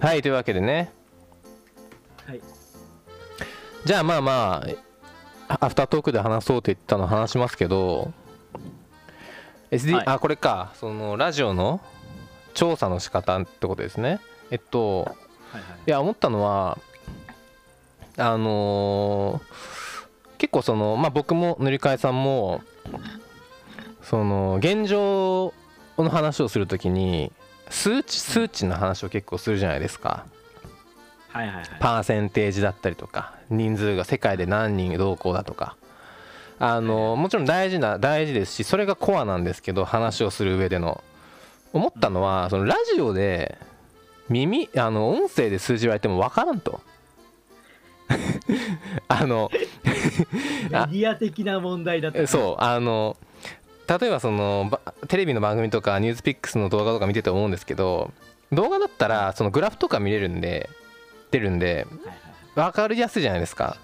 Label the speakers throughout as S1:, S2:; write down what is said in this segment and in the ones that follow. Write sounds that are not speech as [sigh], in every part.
S1: はいというわけでね
S2: はい
S1: じゃあまあまあアフタートークで話そうって言ったの話しますけど SD、
S2: はい
S1: あこれかそのラジオの調査の仕方ってことですねえっと
S2: はい
S1: いや思ったのはあのー結構そのまあ僕も塗り替えさんもその現状の話をするときに数値数値の話を結構するじゃないですか
S2: はいはいはいはい
S1: パーセンテージだったりとか人数が世界で何人同行だとかあのもちろん大事な大事ですしそれがコアなんですけど話をする上での思ったのはそのラジオで耳あの音声で数字言われても分からんと [laughs] あのあ
S2: メディア的な問題だった
S1: えそうあの例えばそのばテレビの番組とかニュースピックスの動画とか見てて思うんですけど動画だったらそのグラフとか見れるんで出るんで
S2: うはいはい
S1: 分かりやすいじゃないですか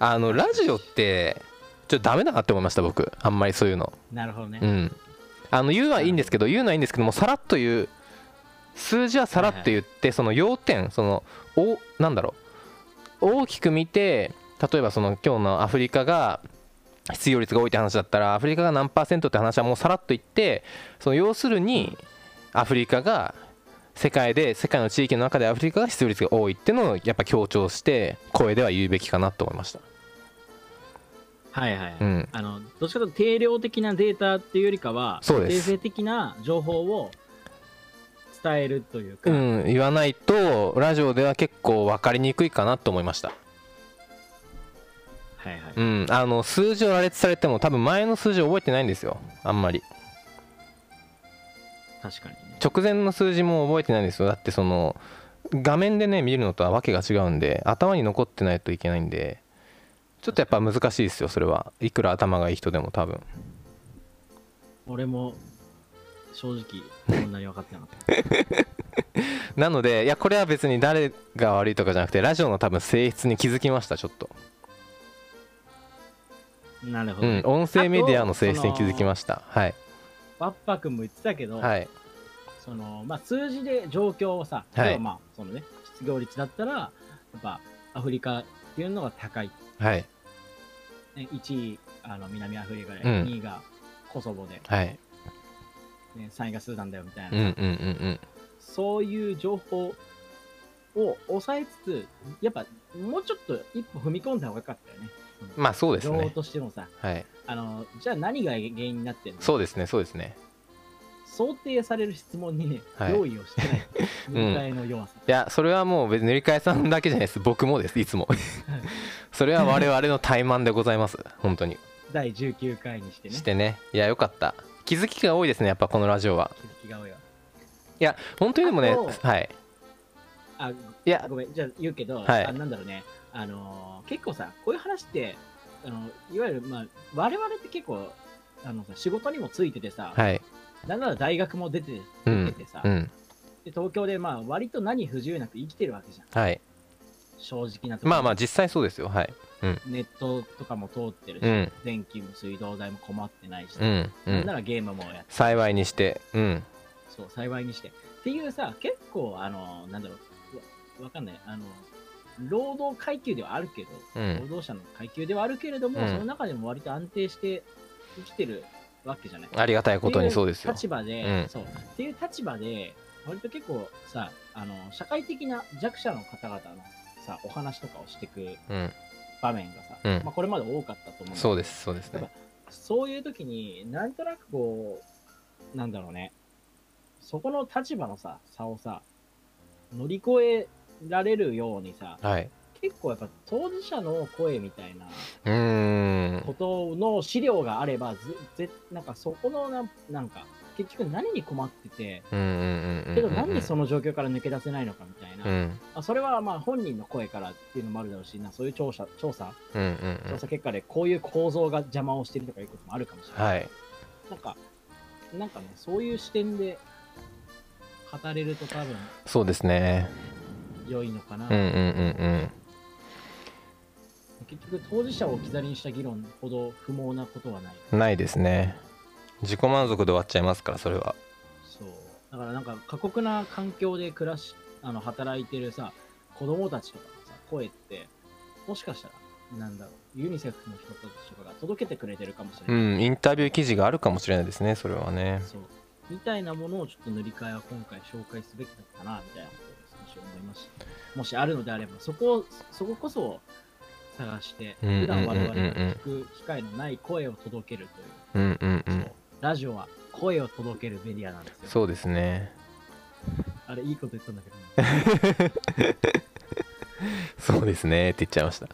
S1: あのラジオってちょっとダメだなって思いました僕あんまりそういうの
S2: なるほどね、
S1: うんあの言うはいいんですけど言うのはいいんですけどもさらっと言う数字はさらっと言ってその要点そのおなんだろう大きく見て例えばその今日のアフリカが失業率が多いって話だったらアフリカが何パーセントって話はもうさらっと言ってその要するにアフリカが世界で世界の地域の中でアフリカが失業率が多いってのをやっぱ強調して声では言うべきかなと思いました
S2: はいはい、
S1: うん
S2: あのどっちかというと定量的なデータっていうよりかは
S1: そうです
S2: 定性的な情報を伝えるというか、
S1: うん言わないとラジオでは結構分かりにくいかなと思いました
S2: はいはい、
S1: うん、あの数字を羅列されても多分前の数字を覚えてないんですよあんまり
S2: 確かにね
S1: 直前の数字も覚えてないんですよだってその画面でね見るのとは訳が違うんで頭に残ってないといけないんでちょっとやっぱ難しいですよそれはいくら頭がいい人でも多分
S2: 俺も正直そんなに分かってなかった
S1: なのでいやこれは別に誰が悪いとかじゃなくてラジオの多分性質に気づきましたちょっと、
S2: なるほ
S1: う
S2: ど、
S1: ん、音声メディアの性質に気づきましたはい
S2: わっぱくんも言ってたけど、
S1: はい
S2: そのまあ、数字で状況をさ、
S1: はい
S2: 例えばまあそのね、失業率だったら、やっぱアフリカっていうのが高い、
S1: はい
S2: ね、1位あの南アフリカで、
S1: うん
S2: 2位がコソボで、
S1: はい
S2: ね、3位がスーダンだよみたいな、
S1: うんうんうん
S2: そういう情報を抑えつつ、やっぱもうちょっと一歩踏み込んだ方が良かったよね。
S1: うんまあそうです
S2: 情報
S1: ね
S2: としてもさ、
S1: はい
S2: あのじゃあ何が原因になってるの
S1: そうですねそうですね
S2: 想定される質問にね、
S1: はい
S2: 用意をし
S1: [laughs]
S2: てない、
S1: ん
S2: 問題の弱さ。
S1: いやそれはもう別に塗り替えさんだけじゃないです [laughs] 僕もですいつもそれは我々の怠慢でございます本当に
S2: 第19回にしてね
S1: し。てねいやよかった気づきが多いですねやっぱこのラジオは
S2: 気づきが多いわ
S1: いや本当にでもね
S2: あと
S1: はい
S2: あ
S1: いや
S2: ごめんじゃあ言うけど、
S1: はい
S2: あなんだろうねあのー結構さこういう話ってあのいわゆる、まあ、我々って結構あのさ仕事にもついててさ、
S1: はい
S2: なんなら大学も出て
S1: う
S2: 出
S1: ん
S2: ててさ、
S1: うん
S2: で東京でまあ割と何不自由なく生きてるわけじゃん
S1: はい
S2: 正直なところ
S1: まあまあ実際そうですよはい
S2: ネットとかも通ってるし、
S1: うん
S2: 電気も水道代も困ってないし、
S1: うんう
S2: なんなんらゲームもやっ
S1: 幸いにしてうん
S2: そう幸いにしてっていうさ結構あのなんだろうわわかんないあの労働階級ではあるけど
S1: う
S2: 労
S1: ん
S2: 働者の階級ではあるけれども、
S1: うん
S2: その中でも割と安定して生きてるわけじゃない。
S1: ありがたいことにそうですよ
S2: 立場で、
S1: うん
S2: そうっていう立場で割と結構さあの社会的な弱者の方々のさお話とかをしていく
S1: うん
S2: 場面がさ、
S1: うん
S2: まあ、これまで多かったと思うんだけど
S1: そうですそうです
S2: や
S1: ね
S2: っぱそういう時になんとなくこうなんだろうねそこの立場のさ差をさ乗り越えられるようにさ
S1: はい
S2: 結構やっぱ当事者の声みたいな
S1: うーん
S2: ことの資料があればずぜなんかそこのななんか結局何に困ってて
S1: うんうんうんうん
S2: けどなんでそ
S1: の
S2: の状況から抜け出せないのかみたいな、
S1: うん
S2: あそれはまあ本人の声からっていうのもあるだろうしなそういう調査調査
S1: うんうんう
S2: 調
S1: ん
S2: 査結果でこういう構造が邪魔をしてるとかいうこともあるかもしれな
S1: は
S2: い、
S1: い
S2: なんかなんかねそういう視点で語れると多分
S1: そうですね
S2: 良いのか
S1: う
S2: な、
S1: んうんうんうん
S2: 結局当事者を置き去りにした議論ほど不毛なことはない
S1: ないですね自己満足で終わっちゃいますからそれは
S2: そうだからなんか過酷な環境で暮らしあの働いてるさ子供たちとかのさ声ってもしかしたらなんだろうユニセフの人たちとかが届けてくれてるかもし
S1: う
S2: れない、
S1: ん、インタビュー記事があるかもしれないですね、それはね。
S2: そうみたいなものをちょっと塗り替えは今回紹介すべきだったなみたいなことを少し思いましたもしあるのであればそこをそここそ探して
S1: うんうんうんうん
S2: 普段我々が聞く機会のない声を届けるという
S1: うんうんう
S2: そ
S1: ん
S2: う。ラジオは声を届けるメディアなんですよ。
S1: そうですね。
S2: あれ、いいこと言ったんだけどね、
S1: [laughs] そうですねって言っちゃいま
S2: [laughs]
S1: した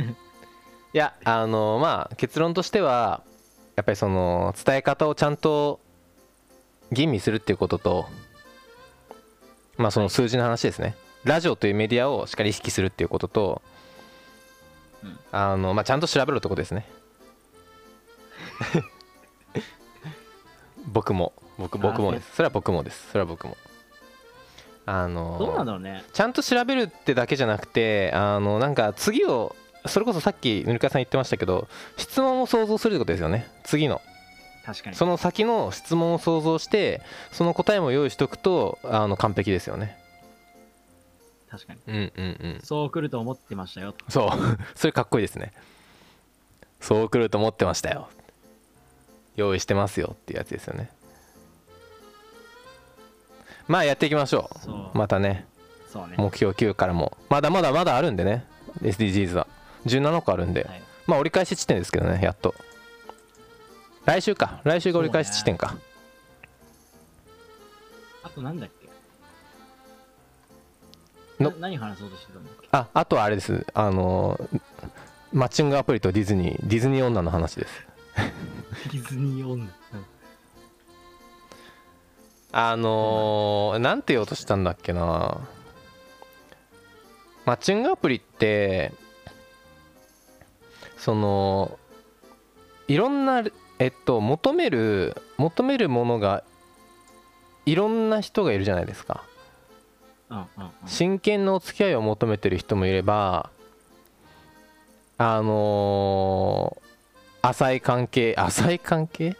S1: いやあのまあ結論としてはやっぱりその伝え方をちゃんと吟味するっていうこととまあその数字の話ですねラジオというメディアをしっかり意識するっていうことと
S2: うん
S1: あのまあちゃんと調べろってことです
S2: [laughs]
S1: ね僕も僕僕もですそれは僕もですそれは僕もあの
S2: どうなんだろうね。
S1: ちゃんと調べるってだけじゃなくてあのなんか次をそれこそさっきぬりかわさん言ってましたけど質問を想像するってことですよね次の
S2: 確かに。
S1: その先の質問を想像してその答えも用意しとくとあの完璧ですよね
S2: 確かに。
S1: うんうんうん
S2: そう来ると思ってましたよ。
S1: そう [laughs] それかっこいいですねそう来ると思ってましたよ用意してますよっていうやつですよねまあやっていきましょ
S2: そう。
S1: うまたね
S2: そうね。
S1: 目標9からもまだまだまだあるんでね SDGs は17個あるんで、
S2: はい、
S1: まあ折り返し地点ですけどねやっと来週か来週が折り返し地点か、
S2: あと、なんだっけ
S1: の
S2: な何話そうとしてたん
S1: [laughs]
S2: だっけ
S1: ああとはあれですあのーマッチングアプリとディズニーディズニー女の話です
S2: ディズニー女。
S1: あのーなんて言おうとしたんだっけなマッチングアプリってそのいろんなえっと求める求めるものがいろんな人がいるじゃないですか
S2: うんうんうん。
S1: 真剣なお付き合いを求めてる人もいればあのー浅い関係浅い関係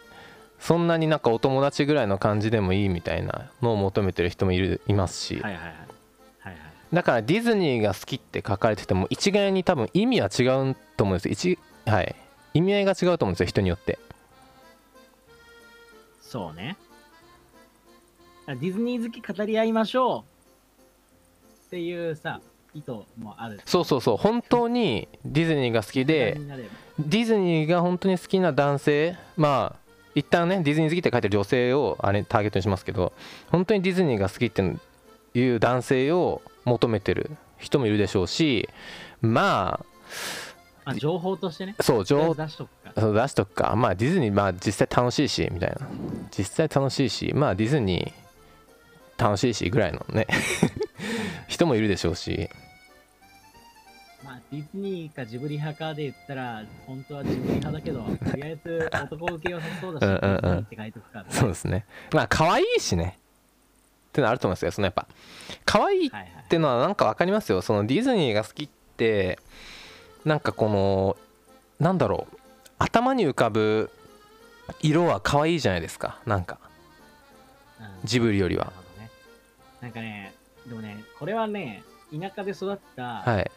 S1: そんなになんかお友達ぐらいの感じでもいいみたいなのを求めてる人もいるいますし、
S2: はいはいはい。はいはい。
S1: だからディズニーが好きって書かれてても一概に多分意味は違うと思うんです一はい意味合いが違うと思うんですよ人によって
S2: そうね。あディズニー好き語り合いましょうっていうさ、意図もある。
S1: そうそうそう本当にディズニーが好きで
S2: になれば
S1: ディズニーが本当に好きな男性まあ一旦ねディズニー好きって書いてる女性をあれターゲットにしますけど本当にディズニーが好きっていう男性を求めてる人もいるでしょうしま
S2: あ情報としてね。
S1: あそう
S2: とりあえ
S1: 情
S2: ず出しとくから。
S1: そう出しとくかまあディズニーまあ実際楽しいしみたいな実際楽しいしまあディズニー楽しいしぐらいのね [laughs] 人もいるでしょうし
S2: まあ、ディズニーかジブリ派かで言ったら、本当はジブリ派だ
S1: [laughs]
S2: けど、とりあえず男受け良さそうだし、
S1: うんうんうん
S2: ディズニーって書いとくから。
S1: そうですねまあ可愛いしねってのあると思いますよそのやっぱ可愛い
S2: はい
S1: っ
S2: は
S1: てのはなんか分かりますよそのディズニーが好きってなんかこのなんだろう頭に浮かぶ色は可愛いじゃないですかなんか
S2: い。うん
S1: ジブリより
S2: なる
S1: は
S2: ほどね。なんかね、でもね、これはね、田舎で育った
S1: はい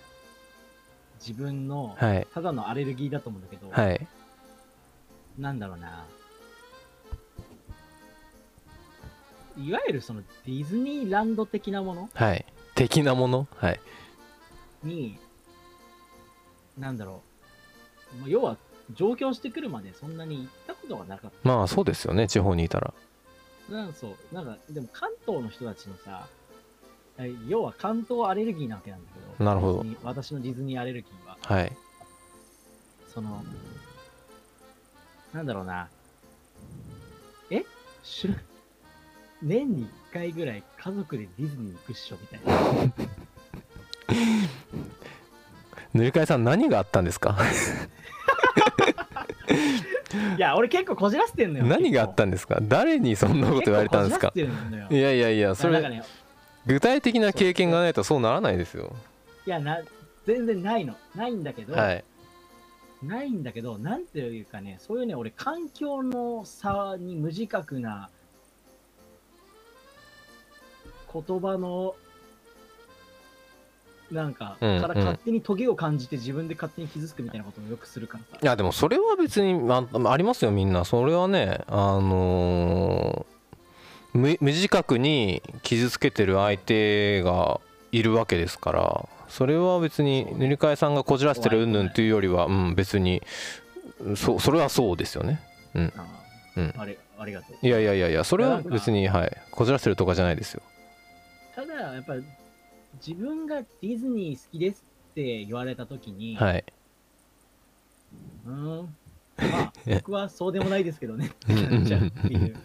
S2: 自分の、
S1: はい
S2: ただのアレルギーだと思うんだけど、
S1: はい
S2: なんだろうな。いわゆるそのディズニーランド的なもの
S1: はい的なものはい
S2: に、なんだろう。まあ要は、上京してくるまでそんなに行ったことがなかった。
S1: まあそうですよね地方にいたら
S2: なんそう、なんか、でも関東の人たちのさ、え要は関東アレルギーなわけなんだけど、
S1: なるほど
S2: ディズニー私のディズニーアレルギーは、
S1: はい
S2: その、なんだろうな、えしゅ年に1回ぐらい家族でディズニー行くっしょみたいな。
S1: 塗り替えさん何があったんです
S2: [laughs]
S1: か
S2: いや、俺結構こじらせてんのよ。
S1: 何があったんですか誰にそんなこと言われたんですか
S2: 結構こじらせてるの
S1: い
S2: よ。
S1: やいやいやそ
S2: それなんか
S1: れ
S2: ね、
S1: 具体的な経験がないとそうならないですよ
S2: いやな、全然ないの。ないんだけど、
S1: はい
S2: ないんだけど、なんていうかね、そういうね、俺、環境の差に無自覚な言葉のなんか、
S1: うん
S2: から
S1: うん
S2: 勝手にトゲを感じて自分で勝手に傷つくみたいなこともよくするからさ。
S1: いやでもそれは別にあありますよみんなそれはねあのー無無自覚に傷つけてる相手がいるわけですからそれは別に塗り替えさんがこじらせてるうんぬんというよりは、うん、別にそそれはそうですよね
S2: あ
S1: う
S2: ー
S1: ん
S2: あれありがとう。
S1: いやいやいやいやそれは別にはいこじらせてるとかじゃないですよ
S2: ただ、やっぱ、自分がディズニー好きですって言われたときに、
S1: はいう
S2: ーん、ま
S1: [laughs]
S2: あ、僕はそうでもないですけどね、
S1: う
S2: っ
S1: ん
S2: て [laughs] なっちゃうっていう。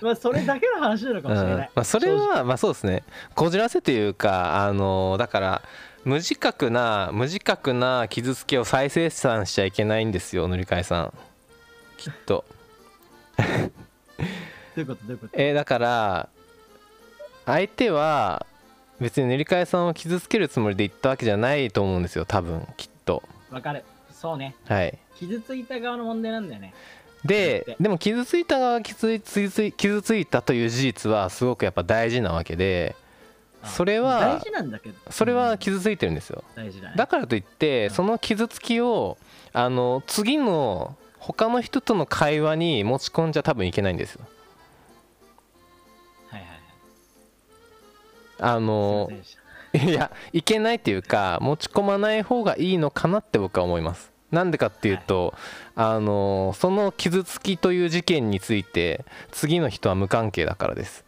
S2: まあ、それだけの話なのかもしれない。
S1: まあ、それ
S2: 正
S1: はまあそうですねこじらせというかあのだから無自覚な無自覚な傷つけを再生産しちゃいけないんですよ塗り替えさんきっと
S2: 直どういうことどういうこと
S1: えーだから相手は別に塗り替えさんを傷つけるつもりで言ったわけじゃないと思うんですよ多分きっと
S2: わかる。そうね。
S1: はい
S2: 傷ついた側の問題なんだよね。
S1: ででも傷ついた側が傷つい傷つい傷ついたという事実はすごくやっぱ大事なわけで
S2: あ
S1: それは
S2: 大事なんだけど。
S1: それは
S2: うん
S1: 傷ついてるんですよ
S2: 大事だね。
S1: だからといって、
S2: うん
S1: その傷つきをあの次の他の人との会話に持ち込んじゃ多分いけないんですよ。
S2: はいはいはい。
S1: あ
S2: すいま
S1: の
S2: せんでした
S1: いやいけないっていうか持ち込まない方がいいのかなって僕は思います。なんでかっていうと、あのその傷つきという事件について次の人は無関係だからです。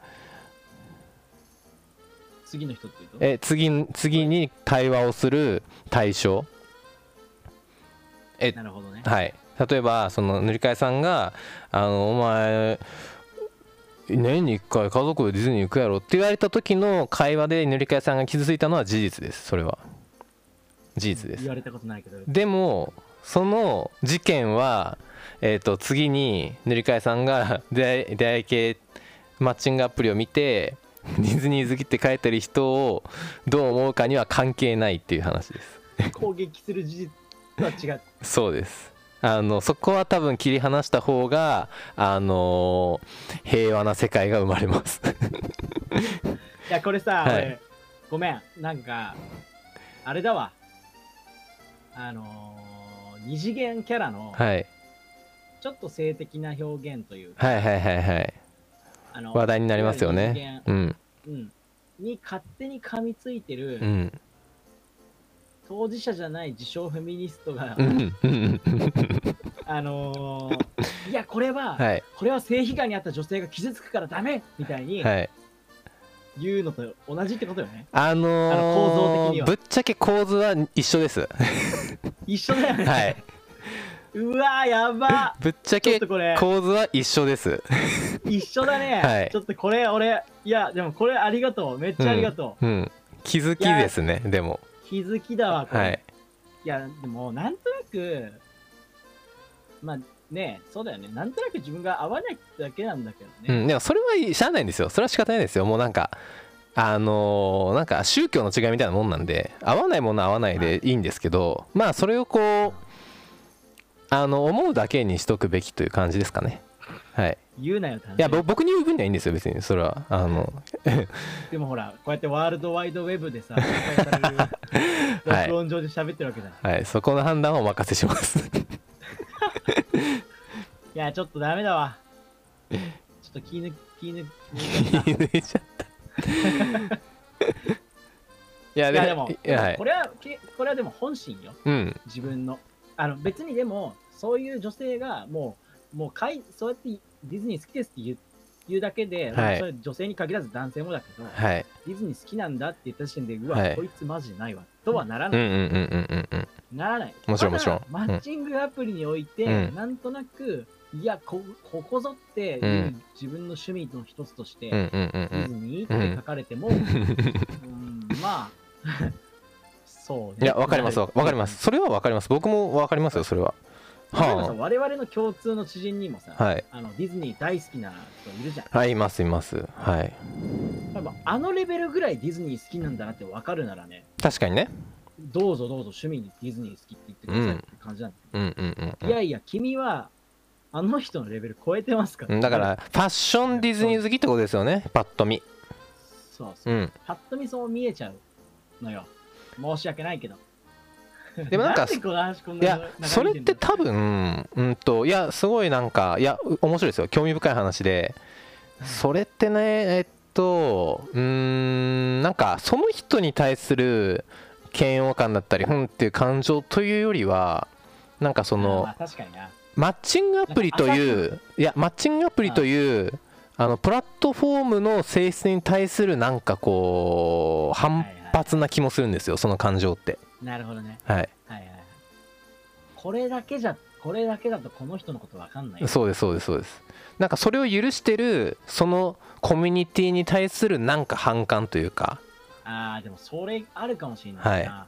S2: 次の人っていうと
S1: え次次に対話をする対象え
S2: なるほどね。
S1: はい、例えばその塗り替えさんが「あのお前年に1回家族でディズニー行くやろ」って言われた時の会話で塗り替えさんが傷ついたのは事実ですそれは事実で
S2: 言
S1: す
S2: われたことないけど。
S1: [laughs] でもその事件は、えー、と次に塗り替えさんが出会い出会い系マッチングアプリを見てディズニー好きって書いてる人をどう思うかには関係ないっていう話です
S2: 攻撃する事実は違う。
S1: そうですあのそこは多分切り離した方があのー平和な世界が生まれます
S2: [laughs] いや、これさ、
S1: はい
S2: 俺ごめん。なんか、あれだわ。あのー、二次元キャラの、
S1: はい
S2: ちょっと性的な表現というか、
S1: はいはいはいはい
S2: あの
S1: 話題になりますよねうん
S2: うん、に勝手に噛みついてる、
S1: うん
S2: 当事者じゃない自称フェミニストが、
S1: うんうん
S2: あの
S1: [laughs]
S2: ーいやこれは、
S1: はい
S2: これは性被害に遭った女性が傷つくからダメみたいに
S1: はい
S2: 言うのと同じってことよね、
S1: あのー
S2: あの構造的には
S1: ぶっちゃけ構図は一緒です
S2: 一緒だよね、 [laughs]
S1: はい
S2: うわー
S1: [laughs]
S2: やば
S1: ぶっちゃ
S2: ちょっ
S1: け
S2: とこれ
S1: 構図は一緒です
S2: 一緒だね、
S1: はい
S2: ちょっとこれ俺いやでもこれありがとうめっちゃありがと
S1: うん気づきですねでも
S2: う、気づきだわこれ、
S1: はいい、
S2: やでもなんとなくまあねそうだよねなんとなく自分が合わないだけなんだけどね、
S1: うん、でもそれはしゃあないんですよそれは仕方ないですよもうなんかあのーなんか宗教の違いみたいなもんなんで合わないものは合わないでいいんですけどまあそれをこうあの思うだけにしとくべきという感じですかねはい
S2: 言うなよって話
S1: いやぼ僕に言う分にはいいんですよ別にそれはあの
S2: でもほらこうやってワールドワイドウェブでさ公開される
S1: [laughs] はい
S2: 録音上で喋ってるわけじゃない、
S1: はいそこの判断はお任せします [laughs]
S2: い、やちょっとダメだわちょっと気抜気抜
S1: 気抜 [laughs] いちゃったいや
S2: い
S1: で
S2: やでも
S1: いやはい
S2: これはけこれはでも本心よ
S1: うん
S2: 自分のあの別にでもそういう女性がもうもうかいそうやってディズニー好きですって言う言うだけで、
S1: はい
S2: それ女性に限らず男性もだけど、
S1: はい
S2: ディズニー好きなんだって言った時点でうわ、
S1: はい
S2: こいつマジないわとはなら
S1: うん
S2: な
S1: う
S2: い、
S1: んうんうんうんうん
S2: ならない。
S1: もちろんもちろん
S2: ただマッチングアプリにおいて、
S1: うん
S2: なんとなく、いや、こここぞって、
S1: うん
S2: 自分の趣味の一つとして、
S1: うんうんうんう
S2: ディ
S1: ん
S2: ズニーって書かれても、うんまあ、 [laughs] そう
S1: い
S2: ね。
S1: や、わかります、わわかります。。それはわかります。僕もわかりますよ、それは。
S2: 例えばさ、
S1: は
S2: 我々の共通の知人にもさ、
S1: あ、はい。
S2: あのディズニー大好きな人いるじゃん。
S1: はい、います、います。はい。
S2: 多分あのレベルぐらいディズニー好きなんだなってわかるならね、
S1: 確かにね。
S2: どうぞどうぞ趣味にディズニー好きって言ってくださいって感じなんだけど、
S1: うんうんうん
S2: いやいや、君は、あの人のレベル超えてますか
S1: う
S2: ら。
S1: ん。だから、ファッションディズニー好きってことですよね、パッと見。
S2: そうそうう。
S1: ん。
S2: ぱっと見そう見えちゃうのよ。申し訳ないけど。
S1: でもなんか
S2: でこの話こん
S1: い
S2: [laughs] な
S1: やそれって多、分うんといやすごいなんかいやう面白いですよ興味深い話でそれってねえっとうーんなんかその人に対する嫌悪感だったりふんっていう感情というよりはなんかそ
S2: そ
S1: の
S2: まあ、確かにな。
S1: マッチングアプリといういやマッチングアプリというあのプラットフォームの性質に対するなんかこう反発な気もするんですよその感情って
S2: なるほどね。
S1: はい
S2: はいはいはい。これだけじゃ、これだけだとこの人のことわかんない。
S1: そうですそうですそうですなんかそれを許してるそのコミュニティに対するなんか反感というか
S2: ああ、でもそれあるかもしれないな。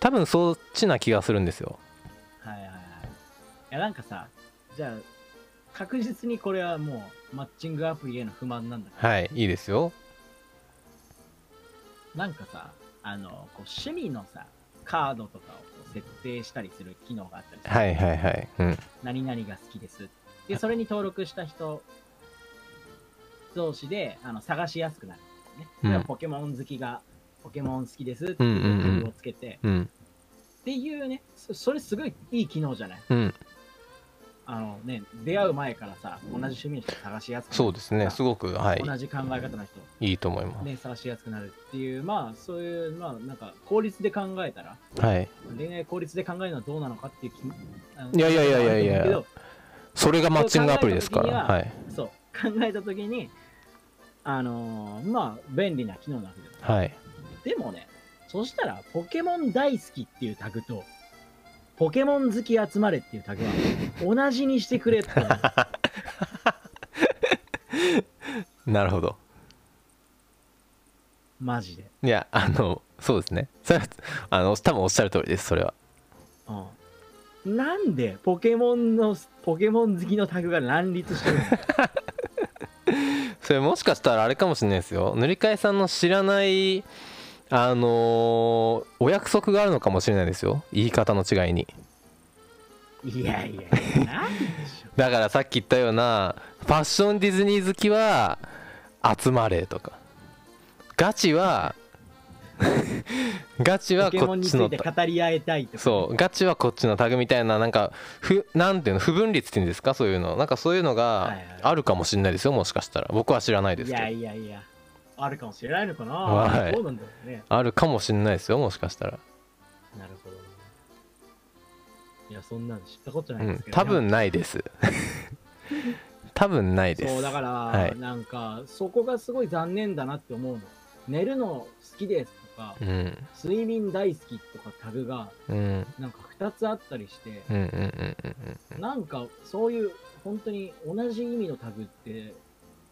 S1: 多分そっちな気がするんですよ
S2: はいはいはい。いや、なんかさ、じゃあ、確実にこれはもう、マッチングアプリへの不満なんだけ
S1: はいいいですよ
S2: ど、なんかさ、あの、こう趣味のさ、カードとかをこう設定したりする機能があったりする。
S1: はいはいはいうん
S2: 何々が好きです。で、それに登録した人同士で、あの、探しやすくなるんだよね。
S1: うん
S2: だからポケモン好きが、ポケモン好きですって
S1: う
S2: い
S1: んうんうん
S2: う理由をつけて、
S1: うん
S2: っていうね、そそれすごいいい機能じゃない
S1: うん
S2: あのね、出会う前からさ、同じ趣味の人探しやすくなる。
S1: そうですねすごくはい
S2: 同じ考え方の人、
S1: いいと思います
S2: ね、探しやすくなるっていう、まあ、そういう、まあ、なんか、効率で考えたら、
S1: はい
S2: 恋愛効率で考えるのはどうなのかっていう気あの
S1: いやいやいやいやいや
S2: あると思う
S1: それがマッチングアプリですから
S2: そう考
S1: はい
S2: けどそう、考えたときに、あのーまあ、便利な機能なわけだよ
S1: はい
S2: でもね、そしたら、ポケモン大好きっていうタグと、ポケモン好き集まれっていうタグは、同じにしてくれって思う。
S1: なるほど
S2: マジで。
S1: いやあのそうですねそれはあの多分おっしゃる通りですそれは
S2: うん。なんで、ポケモンの、ポケモン好きのタグが乱立してるの
S1: [laughs] それもしかしたらあれかもしれないですよ塗り替えさんの知らないあのーお約束があるのかもしれないですよ言い方の違いに
S2: いやいやいや、なんでしょ
S1: だからさっき言ったようなファッションディズニー好きは集まれとかガチ
S2: [laughs]
S1: はガチ
S2: う。ポ
S1: は
S2: ケ
S1: こ
S2: モン
S1: っ
S2: につ
S1: ちの
S2: いて語り合いたいとか。
S1: そうガチはこっちのタグみたいななんか不なんていうの不分率っていうんですかそういうのなんかそういうの
S2: は
S1: が
S2: いはい
S1: あるかもしれないですよもしかしたら僕は知らないで
S2: い
S1: すけど
S2: やいやいや、あるかもしれないのかな。
S1: はい
S2: そうなんだよね。
S1: あるかもしれないですよもしかしたら
S2: なるほど。いや、そんなの知ったことな
S1: う
S2: いで
S1: ん
S2: すけ、ど、
S1: 多分ないです。
S2: [laughs]
S1: 多分ないです。
S2: そう、だから、
S1: はい
S2: なんか、そこがすごい残念だなって思うの。寝るの好きですとか、
S1: うん、
S2: 睡眠大好きとかタグが、
S1: うん、うん、
S2: なんか2つあったりして、
S1: うん、うん、うんうん、
S2: なんかそういう本当に同じ意味のタグって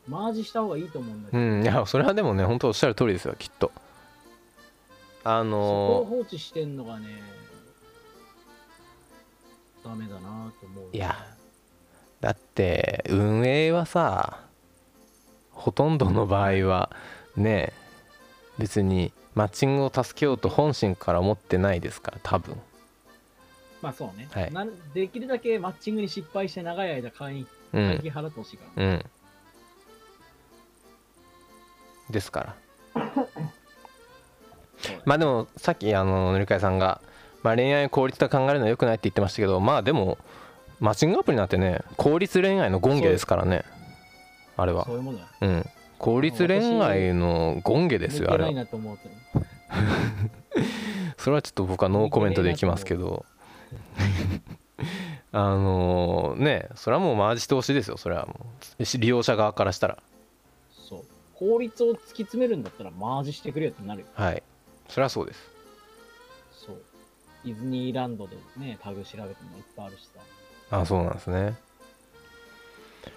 S2: マージした方がいいと思うんだけ
S1: う
S2: ど、
S1: ん、うんいや、それはでもね、本当おっしゃる通りですよ、きっと。あ
S2: そこ
S1: の
S2: を放置してんのがねダメだなと思う
S1: いやーだって、運営はさ。ほとんどの場合は、ねえ。別にマッチングを助けようと本心から思ってないですから、多分。
S2: まあそうね、
S1: はい
S2: なできるだけマッチングに失敗して長い間会員
S1: う
S2: 会
S1: ん、
S2: 費払ってほしいから、
S1: うん。ですから。
S2: そうね
S1: まあでもさっきあの塗り替えさんが、まあ、恋愛を効率化考えるのは良くないって言ってましたけどまあでもマッチングアプリなんてね効率恋愛の権下ですからねあれは
S2: そういうものだ
S1: うん効率恋愛の権下ですよあ
S2: 向い
S1: れ
S2: てない
S1: は
S2: なと思うと
S1: それはちょっと僕はノーコメントでいきますけど [laughs] あのねそれはもうマージしてほしいですよそれはもうし利用者側からしたら
S2: そう効率を突き詰めるんだったらマージしてくれよってなるよ
S1: はいそれはそうです
S2: そうディズニーランドでねタグ調べてもいっぱいあるしさ
S1: あそうなんですね
S2: いっ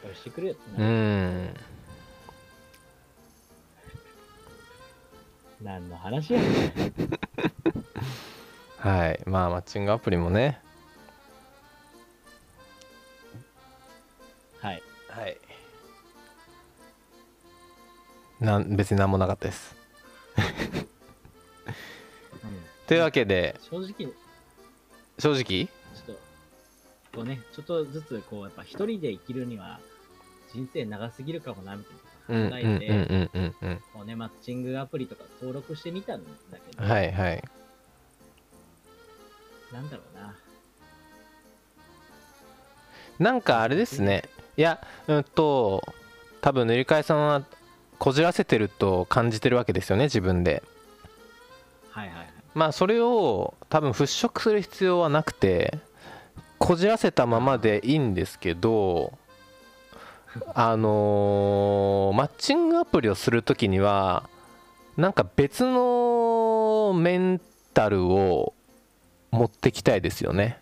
S2: ぱいしてくれよってな
S1: う
S2: る、
S1: ん
S2: 何の話やねん
S1: はいまあマッチングアプリもね
S2: はい
S1: はい。なん別に何もなかったです。というわけで
S2: 正直、ちょ
S1: 正直
S2: っと、こうね、ちょっとずつ、こう、やっぱ一人で生きるには、人生長すぎるかもな、みた
S1: うんうん
S2: いな考
S1: う
S2: えて、
S1: んうんうん
S2: こうね、マッチングアプリとか登録してみたんだけど、
S1: うんはいはい
S2: なんだろうな。
S1: なんかあれですねいやうんと多分塗り替えさんはこじらせてると感じてるわけですよね自分で
S2: はいはいはい。
S1: まあそれを多分払拭する必要はなくてこじらせたままでいいんですけどあのーマッチングアプリをする時にはなんか別のメンタルを持ってきたいですよね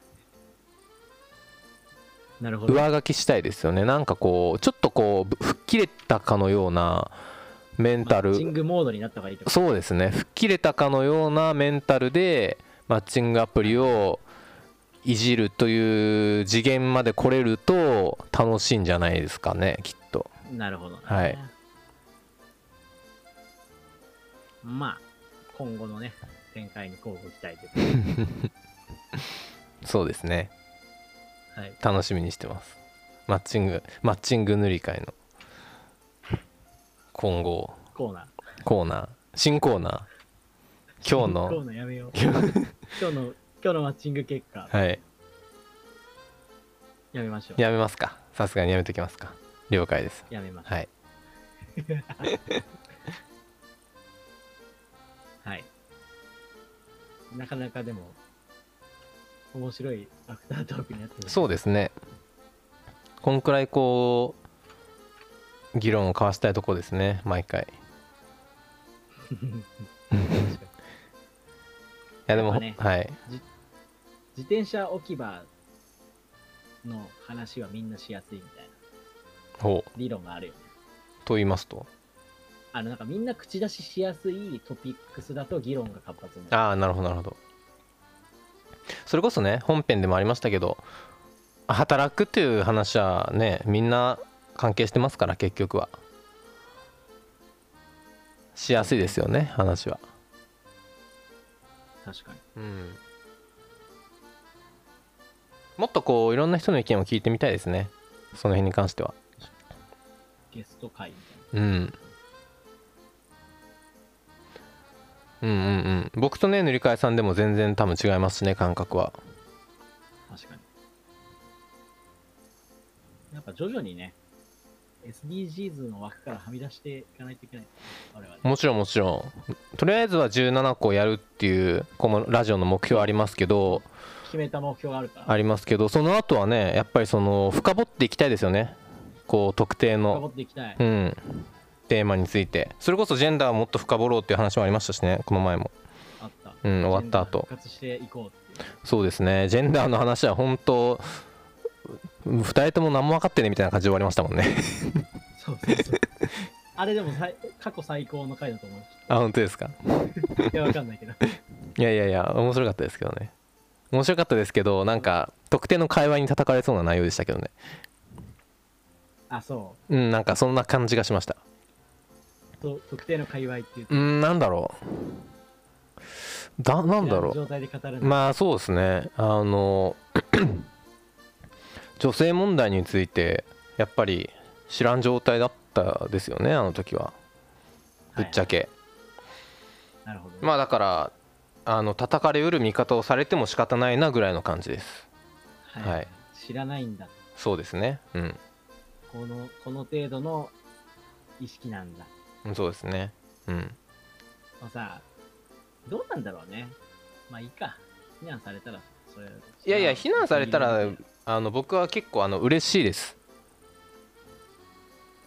S2: なるほど。
S1: 上書きしたいですよねなんかこうちょっとこう吹っ切れたかのようなメンタル
S2: マッチングモードになった方がいいってこと
S1: そうですね吹っ切れたかのようなメンタルでマッチングアプリをいじるという次元まで来れると楽しいんじゃないですかねきっと
S2: なるほど、ね。
S1: はい。
S2: まあ、今後のね、展開に交互期待で。
S1: そうですね [laughs]
S2: はい。
S1: 楽しみにしてますマッチングマッチング塗り替えの今後
S2: コーナー。
S1: コーナー新コーナー今日
S2: [laughs] コ
S1: の
S2: ーナー
S1: [laughs]
S2: やめよう。
S1: 今日
S2: 今日の、今日のマッチング結果、
S1: はい
S2: やめましょう。
S1: やめますかさすがにやめときますか了解です
S2: やめましょ。
S1: はいう
S2: はい。なかなかでも、面白いアフタートークになってます。
S1: そうですねこんくらいこう議論を交わしたいとこですね毎
S2: [laughs]
S1: 回い
S2: 確かに
S1: やでも
S2: やっぱね
S1: はい
S2: 自転車置き場の話はみんなしやすいみたいな
S1: ほう
S2: 理論があるよね。
S1: と言いますと
S2: あの、なんかみんな口出ししやすいトピックスだと議論が活発になる。
S1: ああなるほどなるほどそれこそね本編でもありましたけど働くっていう話はねみんな関係してますから結局はしやすいですよね話は
S2: 確かに。
S1: うんもっとこういろんな人の意見を聞いてみたいですねその辺に関しては
S2: ゲスト会みたいな。
S1: うん。うんうんうん。僕とね、塗り替えさんでも全然多分違いますしね、感覚は。
S2: 確かに。やっぱ徐々にね、SDGs の枠からはみ出していかないといけない。我々。
S1: もちろんもちろん。とりあえずは17個やるっていう、このラジオの目標ありますけど、
S2: 決めた目標があるから。
S1: ありますけど、その後はね、やっぱりその、深掘っていきたいですよね。こう、特定
S2: 深掘
S1: の、
S2: っていきたい。
S1: うん、テーマについて。それこそジェンダーをもっと深掘ろうっていう話もありましたしね、この前も。
S2: あった。
S1: うん、終わった後。
S2: 復活していこうっていう。
S1: そうですねジェンダーの話は本当2人とも何も分かってねみたいな感じで終わりましたもんね [laughs]
S2: そうそうそう。あれでもさい過去最高の回だと思う。
S1: あ本当ですか
S2: いや、わかんないけど。
S1: いやいやいや面白かったですけどね面白かったですけどなんか特定の会話に叩かれそうな内容でしたけどね
S2: あ、そ
S1: うんなんかそんな感じがしました
S2: う。と特定の界隈っていう。
S1: うんなんだろうだなんだろう
S2: 状態で語るの。
S1: まあそうですねあの [coughs] 女性問題についてやっぱり知らん状態だったですよねあの時はぶっちゃ
S2: け。
S1: け、
S2: なるほど。
S1: まあだからあの叩かれうる見方をされても仕方ないなぐらいの感じです
S2: はい
S1: はい
S2: 知らないんだ。
S1: そうですねうん
S2: この、この程度の意識なんだ。
S1: うんそうですねうん
S2: まあさ、どうなんだろうね。まあいいか。非難されたら、それ。
S1: いやいや非難されたらあの僕は結構あの嬉しいです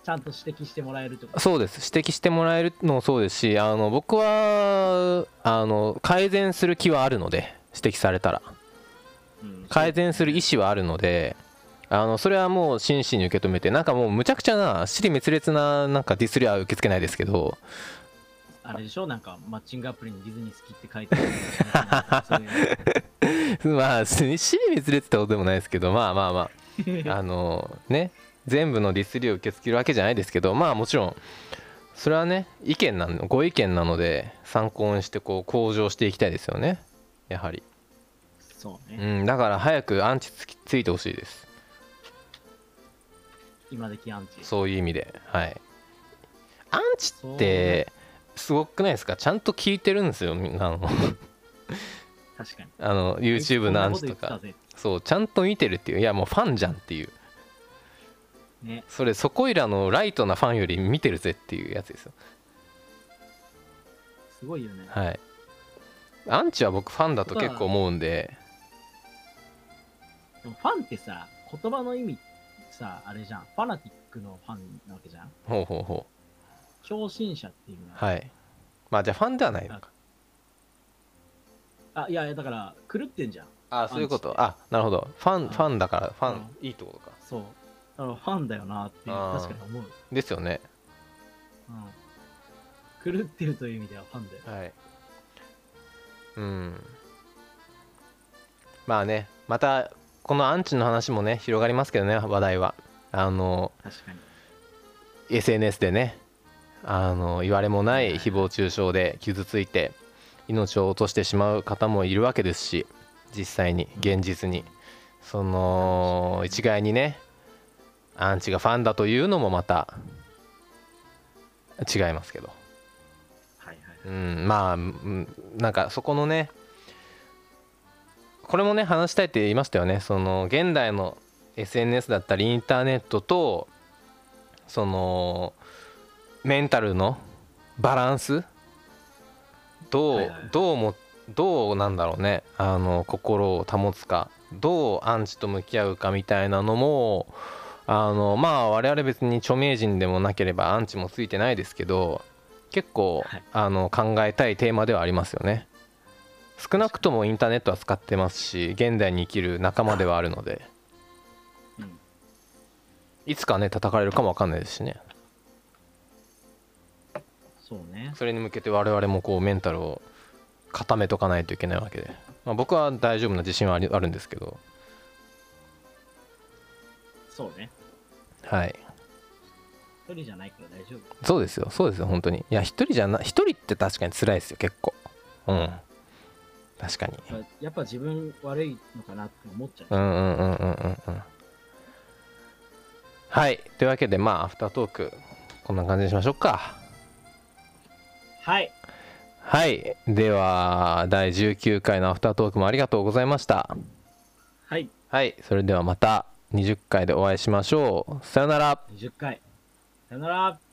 S2: ちゃんと指摘してもらえるってこと
S1: そうです指摘してもらえるのもそうですしあの僕はあの改善する気はあるので指摘されたら
S2: うん
S1: 改善する意思はあるのであのそれはもう真摯に受け止めてなんかもうむちゃくちゃな尻滅裂ななんかディスりは受け付けないですけど [laughs]
S2: あれでしょなんか、マッチングアプリにディズニー好きって書いてある。そういう
S1: まあ尻滅裂ってことでもないですけどまあまあまああのね全部のディスりを受け付けるわけじゃないですけどまあもちろんそれはね意見なのご意見なので参考にしてこう向上していきたいですよねやはり、
S2: そう
S1: う
S2: ね。
S1: ん、だから早くアンチつきついてほしいです
S2: 今時アンチ。
S1: そういう意味ではいアンチ
S2: そう
S1: っ
S2: ね [laughs]
S1: てすごくないですかちゃんと聞いてるんですよみんなの
S2: 確かに。
S1: あの YouTube のアンチと
S2: こんな
S1: か
S2: こ言って
S1: そうちゃんと見てるっていういやもうファンじゃんっていう
S2: たぜね。
S1: それそこいらのライトなファンより見てるぜっていうやつですよ
S2: すごいよね。
S1: はいアンチは僕ファンだと結構思うんで
S2: でもファンってさ、言葉の意味さ、あれじゃん。ファナティックのファンなわけじゃん。
S1: ほうほうほう
S2: 超信者っていうのは。
S1: はいまあじゃあファンではないのか
S2: あ、いやいや、だから、狂ってんじゃん。
S1: あそういうことあなるほどファンファンだからファンいいってことか
S2: そう。だからファンだよなっていう、
S1: あー
S2: 確かに思う。
S1: ですよね
S2: うん。狂ってるという意味ではファンだよ。
S1: はいうんまあねまたこのアンチの話もね広がりますけどね話題はあの
S2: 確かに。
S1: SNS でねあの言われもない誹謗中傷で傷ついて命を落としてしまう方もいるわけですし実際に現実にその一概にねアンチがファンだというのもまた違いますけど
S2: はいはい。
S1: うん、まあうんなんかそこのねこれもね話したいって言いましたよねその現代の SNS だったりインターネットとそのメンタルのバランスど
S2: はいうはいはい
S1: どうもどうなんだろうねあの心を保つかどうアンチと向き合うかみたいなのもあのまあ我々別に著名人でもなければアンチもついてないですけど結構、
S2: はい
S1: あの考えたいテーマではありますよね少なくともインターネットは使ってますし現代に生きる仲間ではあるので
S2: うん。
S1: いつかね叩かれるかもわかんないですしね
S2: そうね。
S1: それに向けて我々もこうメンタルを固めとかないといけないわけで、まあ、僕は大丈夫な自信はありあるんですけど
S2: そうね。
S1: はい
S2: 一人じゃないから大丈夫。
S1: そうですよそうですよ本当にいや一人じゃな一人って確かに辛いですよ結構うん確かに
S2: やっぱやっぱ自分悪いのかなって思っちゃう。
S1: うんうんうんうんうんうんはいというわけでまあアフタートークこんな感じにしましょうか
S2: はい。
S1: はいでは第19回のアフタートークもありがとうございました
S2: はい。
S1: はいそれではまた20回でお会いしましょうさよなら
S2: 20回。さよなら。